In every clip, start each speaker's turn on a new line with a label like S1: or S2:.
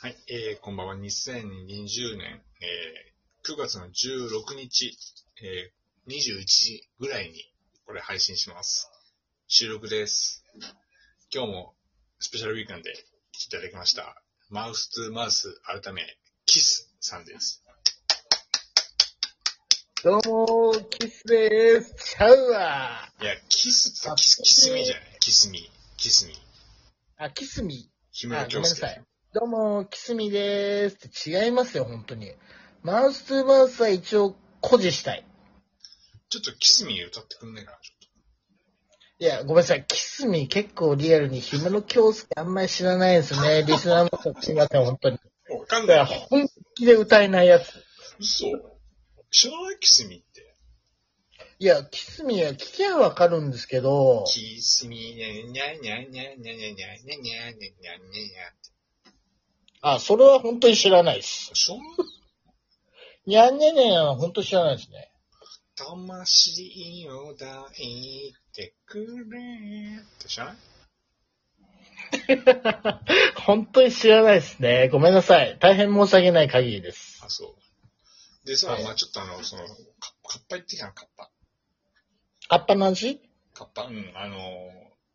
S1: はい、えーこんばんは。2020年、えー9月の16日、えー21時ぐらいに、これ配信します。収録です。今日もスペシャルウィークなんで来ていただきました。マウス2マウス、改め、キスさんです。
S2: どうもー、キスでーす。ちゃうわ
S1: いや、キスってキス、キスミじゃないキスミ、キスミ。
S2: ー。あ、キスミ。
S1: 木
S2: あ、ごめ
S1: 村
S2: んな
S1: 京介
S2: さ。い。どうもー、キスミでーす。って違いますよ、本当に。マウスとマウスは一応、誇示したい。
S1: ちょっとキスミ歌ってくんないかなちょっ
S2: いや、ごめんなさい。キスミ結構リアルに、氷室京介あんまり知らないですね。リスナーの人、すいません、本当に。
S1: と。わかん
S2: だか
S1: な
S2: ら、
S1: い。
S2: 本気で歌えないやつ。
S1: 嘘。知らないキスミって。
S2: いや、キスミは聞きゃわかるんですけど、
S1: キスミニャニャニャニャニャニャニャニャニャニャニャニャニャって。
S2: あ、それは本当に知らないです。
S1: そん
S2: にゃんねんねんは本当に知らないですね。
S1: 魂を抱いてくれって知らない
S2: 本当に知らないですね。ごめんなさい。大変申し訳ない限りです。
S1: あ、そう。でさ、まあちょっとあの、その、カッパ言ってきたの、カッパ。
S2: カッパの味
S1: カッパ、うん、あの、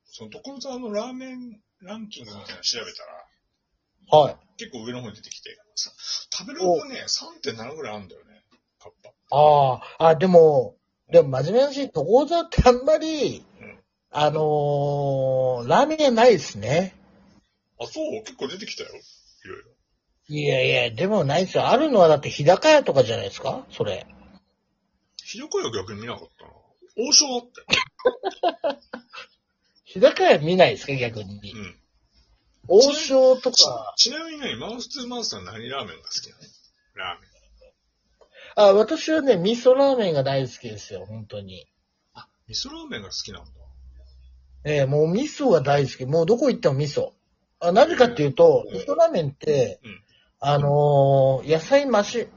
S1: その、所沢のラーメンランキングみたいなの調べたら、
S2: はい。
S1: 結構上の方に出てきて、食べログがね、3.7ぐらいあるんだよね、カッパ。
S2: ああ、あ、でも、でも真面目な話、所沢ってあんまり、
S1: うん
S2: あのー、ラーメン屋ないですね。
S1: あ、そう結構出てきたよ。いろいろ。
S2: いやいや、でもないですよ。あるのはだって日高屋とかじゃないですかそれ。
S1: ひどくは逆に見なかったな。王将あったよ。
S2: 日高屋見ないですか逆に。
S1: うん。
S2: 王将とか、
S1: ちちなみにね、マウス2マウスは何ラーメンが好きなのラーメン。
S2: あ、私はね、味噌ラーメンが大好きですよ、本当に。
S1: あ、味噌ラーメンが好きなんだ。
S2: ええもう味噌が大好き。もうどこ行っても味噌。あなぜかっていうと、
S1: うん
S2: 味噌ラーメンって、
S1: うん
S2: あのー野菜増し、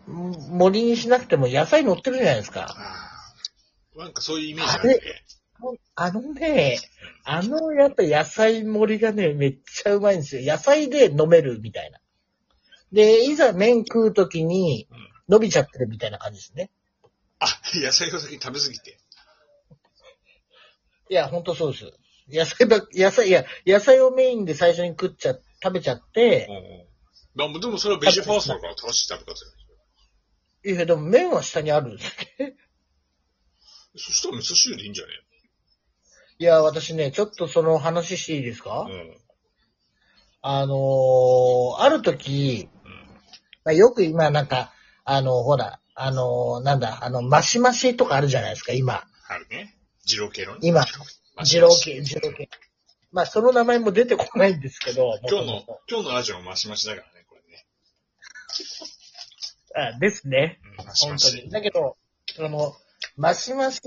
S2: 盛りにしなくても野菜乗ってるじゃないですか。
S1: ああ。なんかそういうイメージあるね。
S2: あのね、あのやっぱ野菜盛りがね、めっちゃうまいんですよ。野菜で飲めるみたいな。で、いざ麺食うときに
S1: うん
S2: 伸びちゃってるみたいな感じですね。
S1: あ、野菜が先に食べ過ぎて。
S2: いや、ほんとそうです。野菜ばっ、野菜、いや、野菜をメインで最初に食っちゃ、食べちゃって
S1: う、んうん。まあでもそれはベジファーストだから正しい食べ方だよ。
S2: いや、でも麺は下にあるんです
S1: そしたら味噌汁でいいんじゃね
S2: いや、私ね、ちょっとその話していいですか、
S1: うん。
S2: あのー、ある時、まあ、よく今なんか、あのほら、あのーなんだ、あの、マシマシとかあるじゃないですか、今。
S1: あるね。二郎系のね。
S2: 今、
S1: マシ
S2: 二
S1: マ
S2: 郎
S1: シ
S2: 系、二郎系。まあ、その名前も出てこないんですけど、
S1: 今日
S2: も
S1: の
S2: とも、
S1: 今日のラジオもマシマシだからね、これね。
S2: とあですね。
S1: うん、マシ
S2: 本
S1: マ
S2: 当
S1: シ。
S2: に。だけど、あの、マシマシ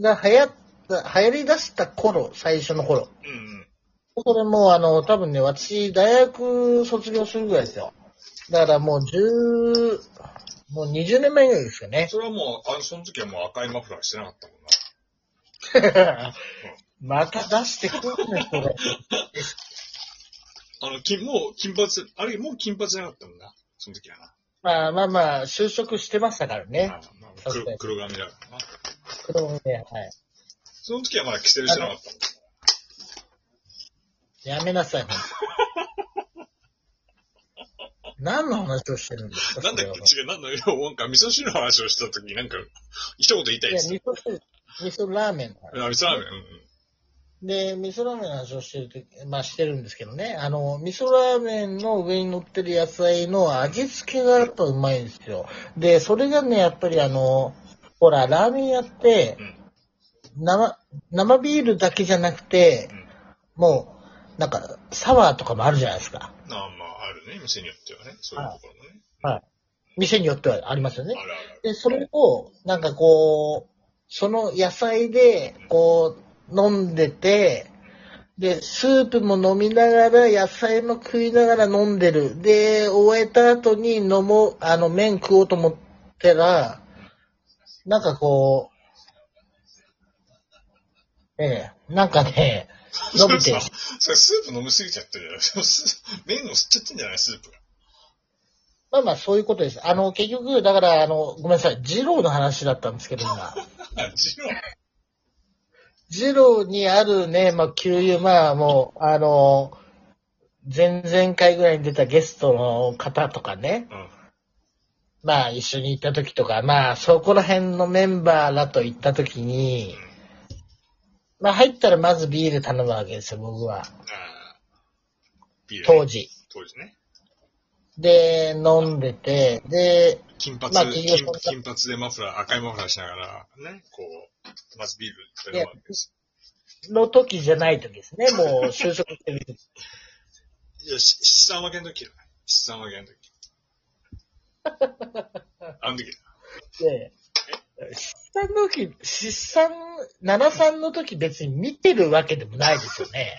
S2: が流行った、流行り出した頃、最初の頃。
S1: うんうん。
S2: それもうあの、多分ね、私、大学卒業するぐらいですよ。だからもう10、もう20年前ぐらいですよね。
S1: それはもう、あの、その時はもう赤いマフラーしてなかったもんな。
S2: また出してくるね、これ。
S1: あの、金、もう金髪、あれ、もう金髪じゃなかったもんな。その時はな。
S2: まあまあまあ、就職してましたからね。
S1: あまあ黒黒髪だからな。
S2: 黒目ね、はい。
S1: その時はまだキセルしてなかったもん。
S2: やめ なさい、本当何の話をしてるんですか
S1: なんだっ
S2: それは
S1: け違う、なんだよ、なんか味噌汁の話をした時になんか、一言言いたい
S2: い
S1: で
S2: や、
S1: す。
S2: 味噌汁、味噌ラーメンの話
S1: あ味噌ラーメン、うんうん。
S2: で、味噌ラーメンの話をしてるとき、まあしてるんですけどね、あの、味噌ラーメンの上に乗ってる野菜の味付けがやっぱうまいんですよ。で、それがね、やっぱりあの、ほら、ラーメン屋って
S1: うん、
S2: 生、生ビールだけじゃなくて
S1: うん、
S2: もう、なんか、サワーとかもあるじゃないですか。
S1: なあまあ、あるね、店によってはね。そういうところもね。
S2: 店によってはありますよね。
S1: あるあるある。
S2: で、それを、なんかこう、その野菜で、こう、飲んでて、で、スープも飲みながら、野菜も食いながら飲んでる。で、終えた後に飲もう、あの、麺食おうと思ったら、なんかこう、ええ、なんかね、伸びて
S1: それ。さそれスープ飲みすぎちゃってるじゃないそのス麺を吸っちゃってんじゃないスープが。
S2: まあまあ、そういうことです。あの、結局、だから、あの、ごめんなさい。ジローの話だったんですけど、今。
S1: あ、ジロー。
S2: ジローにあるね、まあ、給油、まあもう、あの、前々回ぐらいに出たゲストの方とかね、
S1: うん。
S2: まあ一緒に行った時とか、まあそこら辺のメンバーらと行った時に、まあ入ったらまずビール頼むわけですよ、僕は。
S1: あービールね
S2: 当。時。
S1: 当時ね。
S2: で、飲んでて、で、
S1: 金髪、
S2: まあ企業
S1: 金
S2: さんが
S1: 金髪でマフラー、赤いマフラーしながら、ね、こう、まずビールいっぱい飲むわけです。
S2: の時じゃない時ですね、もう就職してる時。
S1: いや、し七三分けの時だね。七三分けの 時。あの時だ。
S2: で、失産の時、失産、7産の時別に見てるわけでもないですよね。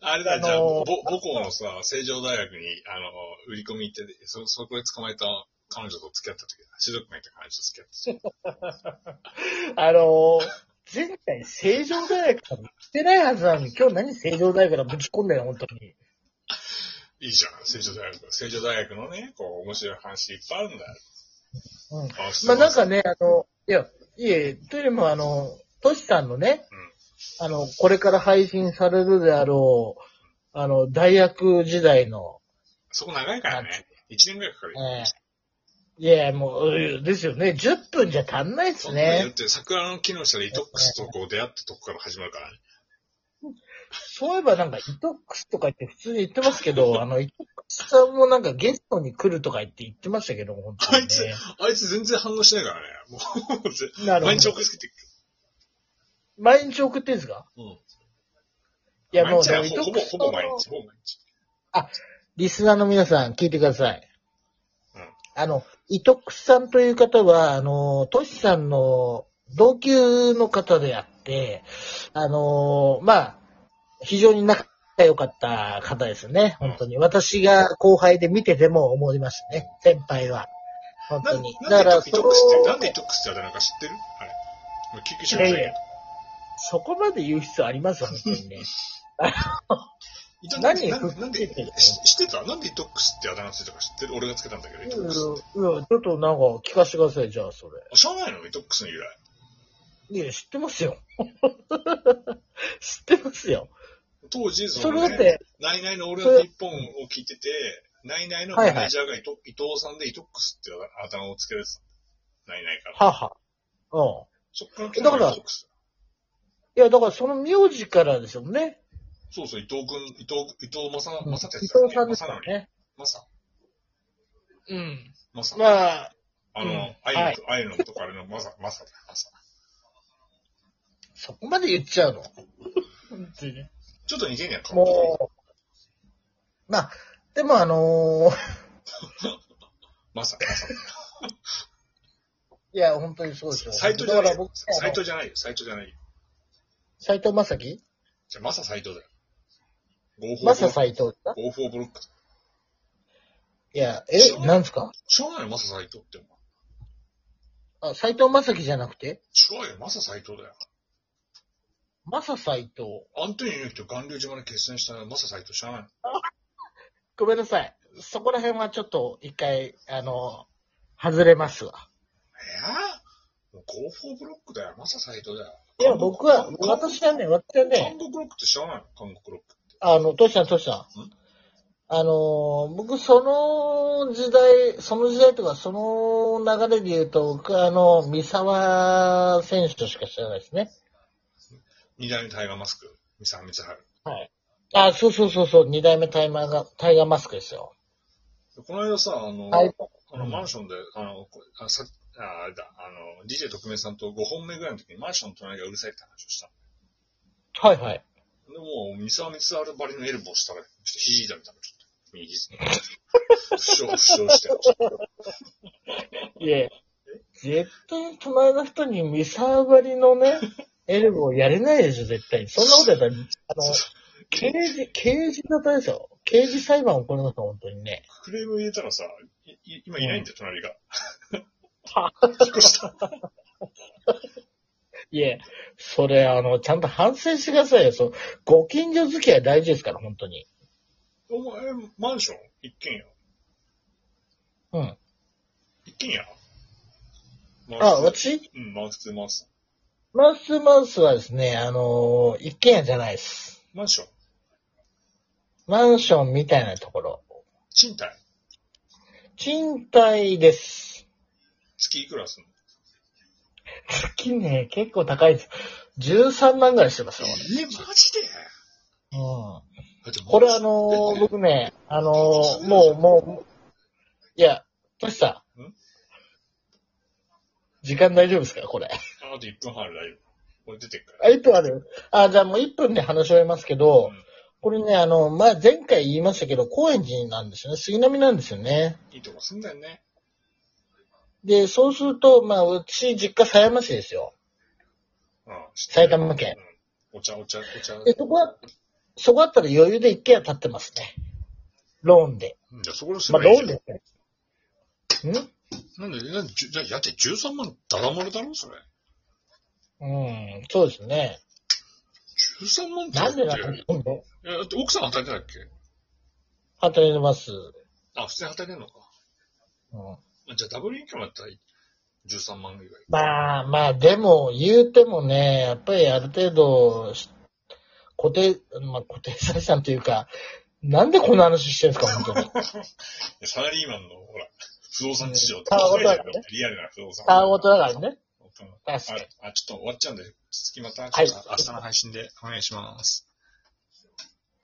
S1: あれだ、
S2: あのー
S1: じゃあ、ぼ母校のさ、成城大学に、あの、売り込み行って、そ、そこで捕まえた彼女と付き合った時だ。静岡にいた彼女と付き合った時。
S2: あのー、前回成城大学からってないはずなのに、今日何成城大学からぶち込んだよ、本当に。
S1: いいじゃん、成城大学。成城大学のね、こう、面白い話いっぱいあるんだよ。
S2: うん
S1: あ質
S2: まあ
S1: 問
S2: なんかね、あの、いや、いえ、というよりもあの、トシさんのね、あの、これから配信されるであろう、あの、大学時代の、
S1: そこ長いからね。一年ぐらいかかるよ。
S2: ええいや、もううん、ですよね。10分じゃ足んないで
S1: そ
S2: す
S1: んなに
S2: ね
S1: だっ。て桜の木の下でイトックスとこう出会ったとこから始まるからね。
S2: そういえばなんか、イトックスとか言って普通に言ってますけ ど、あの、イトックスさんもなんかゲストに来るとか言って言ってましたけど、本当に、
S1: あいつ
S2: ね。
S1: あいつ全然反応しないからね。もう、ぜ
S2: なるほ
S1: 毎日
S2: ど。
S1: 送ってきてる。
S2: 毎日送ってんすか
S1: うん。
S2: いや、もう、
S1: 毎日
S2: でも
S1: ほほ
S2: イトッ
S1: ぼ、
S2: クス
S1: ほ
S2: さん
S1: ぼ毎
S2: の
S1: 日、ほぼ毎日。
S2: リスナーの皆さん、聞いてください。
S1: うん
S2: あの、イトックスさんという方は、あの、トシさんの同級の方であって、あの、まあ、非常に仲良かった方ですよね、本当に。私が後輩で見てても思いますね、先輩は。本
S1: な
S2: 当
S1: ん
S2: に。
S1: なんでイ
S2: そ
S1: トッ
S2: こ
S1: クスって、なんでイトックスってあだ名か知ってるあれ。もう救急車が
S2: いやいやそこまで言う必要あります、本当 にね。
S1: いた
S2: 何
S1: なんで、なん
S2: ふっ
S1: で
S2: ついてるの
S1: し知ってたなんでイトックスってあだ名ついたか知ってる俺がつけたんだけど、イトックス。
S2: うんうんちょっとなんか聞かせてください、じゃあ、それ。
S1: あ知らないのイトックスの由来。
S2: いや、知ってますよ。 知ってますよ。
S1: 当時、
S2: そ
S1: そ
S2: れ
S1: の、
S2: だ
S1: ね
S2: って、
S1: ナイナイの俺の日本を聞いてて、ナイナイのマネージャーがイト伊藤さんでイトックスってあだ名をつけられてた。ナイナイから。
S2: 母。うん。
S1: そっから来たの
S2: だか
S1: が
S2: ら
S1: イトックス。
S2: いや、だからその名字からですよね。
S1: そうそう、伊藤君、伊藤、伊藤正
S2: 伊
S1: 正哲
S2: 藤さんですから
S1: ね。
S2: ね。
S1: 正
S2: うん。
S1: 正
S2: まあ、
S1: あ
S2: う
S1: の
S2: ん、
S1: 愛
S2: はい
S1: の、愛のとかあれの正正だ。正
S2: そこまで言っちゃうの。本当にね
S1: ちょっと似てんねや、顔
S2: もう、まあ、でもあのー
S1: 正正。
S2: いや、本当にそうですよ。
S1: 斎藤じ
S2: だ
S1: ゃ
S2: か
S1: ない
S2: ら
S1: よ
S2: 僕。、
S1: 斎藤じゃないよ、斎藤じゃないよ。
S2: 斎藤正樹
S1: じゃあ、マサ斎藤だよ。合法ブロ
S2: マ
S1: ッ
S2: サ
S1: ク。
S2: 斎藤だ
S1: 合法ブロック。
S2: いや、
S1: そう
S2: え、なんですか
S1: しょうがないよ、マサ斎藤って。
S2: あ、斎藤正樹じゃなくて
S1: 違うよ、マサ斎藤だよ。
S2: マサ斎藤。
S1: アントニオ猪木と巌流島で決戦したマサ斎藤知らない
S2: ごめんなさい。そこら辺はちょっと一回、あのー外れますわ。
S1: えぇもう合法ブロックだよ、マサ斎藤だよ。
S2: いや、僕は、
S1: 韓国
S2: 私はね、私はね
S1: 韓、国ロックって知らないの韓国ロックって。
S2: あの、トシさん、トシさ
S1: ん
S2: ん。あのー、僕、その時代、その時代とか、その流れで言うと、僕はあの、三沢選手としか知らないですね。
S1: 二代目タイガーマスク、三沢光晴。
S2: あ、そうそうそうそう、二代目タイマーが、タイガーマスクですよ。
S1: この間さ、あの、
S2: はい
S1: あのマンションで、あの、こあさああれだ、あの、DJ 特命さんと5本目ぐらいの時にマンションの隣がうるさいって話をした
S2: はいはい。
S1: の。でも、三沢光晴ばりのエルボーしたら、ちょっと肘痛めたの、ちょっと。右 肘。負傷、負傷して。
S2: いえ、絶対隣の人に三沢張りのね、エルボーやれないでしょ、絶対に。そんなことやったら、あの、刑事、刑事沙汰ですよ。刑事裁判起こりますよ、本当にね。
S1: クレーム入れたらさ、いい今いないんだよ、隣が。
S2: は
S1: 引っ越した。
S2: いえ、それ、あの、ちゃんと反省してくださいよ。そう、ご近所付き合い大事ですから、本当に。
S1: お前、マンション一軒家
S2: うん。
S1: 一軒家マ
S2: あ、
S1: ンス
S2: 私、
S1: うん、マンスマンス。
S2: マウスマウスはですね、あのー一軒家じゃないです。
S1: マンション
S2: マンションみたいなところ。
S1: 賃貸
S2: 賃貸です。
S1: 月いくらすんの
S2: 月ね、結構高いです。13万ぐらいしてますよ、
S1: え、マジで
S2: 俺。うん。
S1: だって
S2: これあのー僕ね、あのーもう、もう、いや、トシさん
S1: ん。
S2: 時間大丈夫ですかこれ。
S1: あと1分半ある大丈夫。これ出てっから。
S2: あ、1分あるあ、じゃあもう1分で話し終えますけど、
S1: うん
S2: これね、あの、まあ、前回言いましたけど、高円寺なんですよね。杉並なんですよね。
S1: いいとこ住んだよね。
S2: で、そうすると、まあ、うち、実家狭山市ですよ。
S1: うん。
S2: 埼玉県。
S1: うん。お茶、お茶、お茶。
S2: で、そこは、そこあったら余裕で一軒家建ってますね。ローンで。
S1: うんじゃあそこで住
S2: まあ、
S1: めばいい
S2: ローン
S1: じゃん
S2: で。すね。ん
S1: なんで、なんで、じゅじゃあ、やって13万ダラ漏れだろそれ。
S2: うん、そうですね。
S1: 13万ってだ
S2: な
S1: っ
S2: ん
S1: て。
S2: でなんで
S1: えだって奥さん働いてたっけ
S2: 働いてます。
S1: あ、普通に働いてんのか。
S2: うん
S1: あじゃあ、ダブルインカムだったら13万ぐらい。
S2: まあまあ、でも、言うてもね、やっぱりある程度、し固定、まあ固定採算というか、なんでこんな話してるんですか、本当 に。
S1: でサラリーマンの、ほら、不動産事情って
S2: うん
S1: 考えない
S2: あ
S1: とリアルな不動産。
S2: あごとだからね。
S1: うん
S2: 確かに。
S1: あ、あちょっと終わっちゃうんで、次また、
S2: はい
S1: 明日の配信でお願いします。